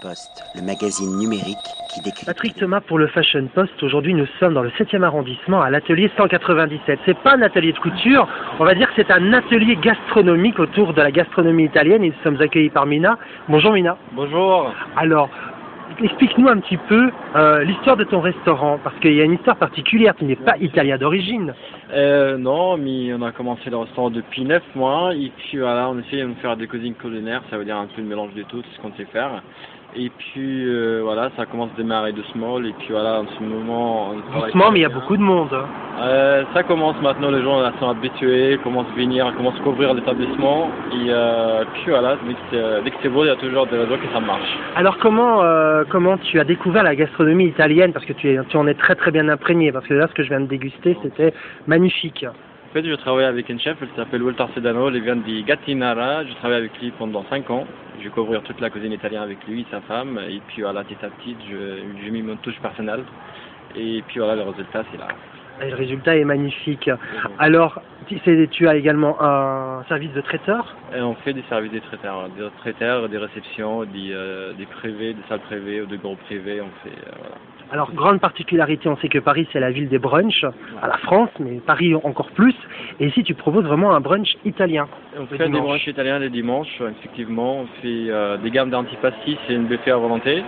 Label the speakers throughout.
Speaker 1: Post, le magazine numérique qui décrit.
Speaker 2: Patrick Thomas pour le Fashion Post. Aujourd'hui, nous sommes dans le 7e arrondissement à l'atelier 197. C'est pas un atelier de couture, on va dire que c'est un atelier gastronomique autour de la gastronomie italienne et nous sommes accueillis par Mina. Bonjour Mina.
Speaker 3: Bonjour.
Speaker 2: Alors, explique-nous un petit peu euh, l'histoire de ton restaurant parce qu'il y a une histoire particulière. Tu n'es pas italien d'origine.
Speaker 3: Euh, non, mais on a commencé le restaurant depuis 9 mois et puis voilà, on essaye de nous faire des cuisines culinaires, ça veut dire un peu le mélange de tout, tout ce qu'on sait faire. Et puis euh, voilà, ça commence à démarrer doucement et puis voilà, en ce moment... On travaille
Speaker 2: Doucement,
Speaker 3: très
Speaker 2: mais il y a
Speaker 3: bien.
Speaker 2: beaucoup de monde.
Speaker 3: Euh, ça commence maintenant, les gens là, sont habitués, commencent à venir, commencent à couvrir l'établissement et euh, puis voilà, dès que c'est- dès que c'est beau, il y a toujours des gens que ça marche.
Speaker 2: Alors comment euh, comment tu as découvert la gastronomie italienne parce que tu, es, tu en es très très bien imprégné parce que là ce que je viens de déguster c'était magnifique.
Speaker 3: En fait, je travaille avec un chef, il s'appelle Walter Sedano, il vient de Gattinara. Je travaille avec lui pendant 5 ans. Je vais couvrir toute la cuisine italienne avec lui, sa femme. Et puis voilà, petit à petit, je- j'ai mis mon touche personnelle. Et puis voilà, le résultat, c'est là.
Speaker 2: Et le résultat est magnifique. Alors tu, c'est- tu as également un service de traiteur.
Speaker 3: Et on fait des services des traiteurs, des traiteurs, des réceptions, des, euh, des privés, des salles privées ou des groupes privés. On fait, euh, voilà.
Speaker 2: Alors grande particularité on sait que Paris c'est la ville des brunchs à la France mais Paris encore plus et ici tu proposes vraiment un brunch italien.
Speaker 3: On
Speaker 2: Le
Speaker 3: fait des
Speaker 2: dimanche.
Speaker 3: brunchs italiens les dimanches, effectivement. On fait euh, des gammes d'antipasti, c'est une buffet à volonté.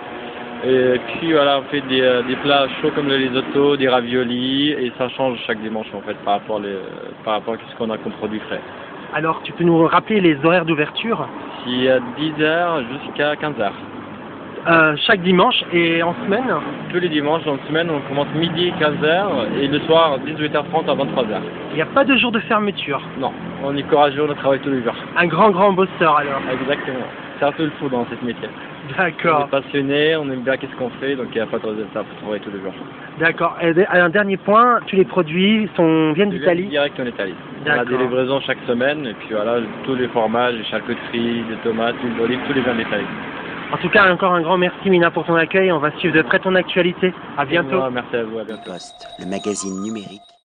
Speaker 3: Et puis voilà, on fait des, euh, des plats chauds comme le risotto, des raviolis, et ça change chaque dimanche en fait par rapport, les, par rapport à ce qu'on a comme produit frais.
Speaker 2: Alors tu peux nous rappeler les horaires d'ouverture
Speaker 3: C'est à 10h jusqu'à 15h.
Speaker 2: euh, chaque dimanche et en semaine
Speaker 3: Tous les dimanches dans la semaine, on commence midi 15h et le soir 18h30 à 23h.
Speaker 2: il n'y a pas de jour de fermeture.
Speaker 3: Non, on est courageux, on travaille tous les jours.
Speaker 2: Un grand grand bosseur alors.
Speaker 3: Exactement. C'est un peu le fou dans ce métier. On
Speaker 2: D'accord.
Speaker 3: est passionné, on aime bien qu'est-ce qu'on fait, donc il n'y a pas de résultat pour travailler tous les jours.
Speaker 2: D'accord. Et d- un dernier point, tous les produits sont, viennent
Speaker 3: Je viens
Speaker 2: d'Italie.
Speaker 3: Direct en Italie. On a des
Speaker 2: D'accord.
Speaker 3: livraisons chaque semaine, et puis voilà, tous les fromages, les charcuteries, les tomates, l'huile d'olive, tous les viens d'Italie.
Speaker 2: En tout cas, encore un grand merci Mina pour ton accueil. On va suivre de près ton actualité. À bientôt.
Speaker 3: Merci à vous, à bientôt.
Speaker 1: Post, le magazine numérique.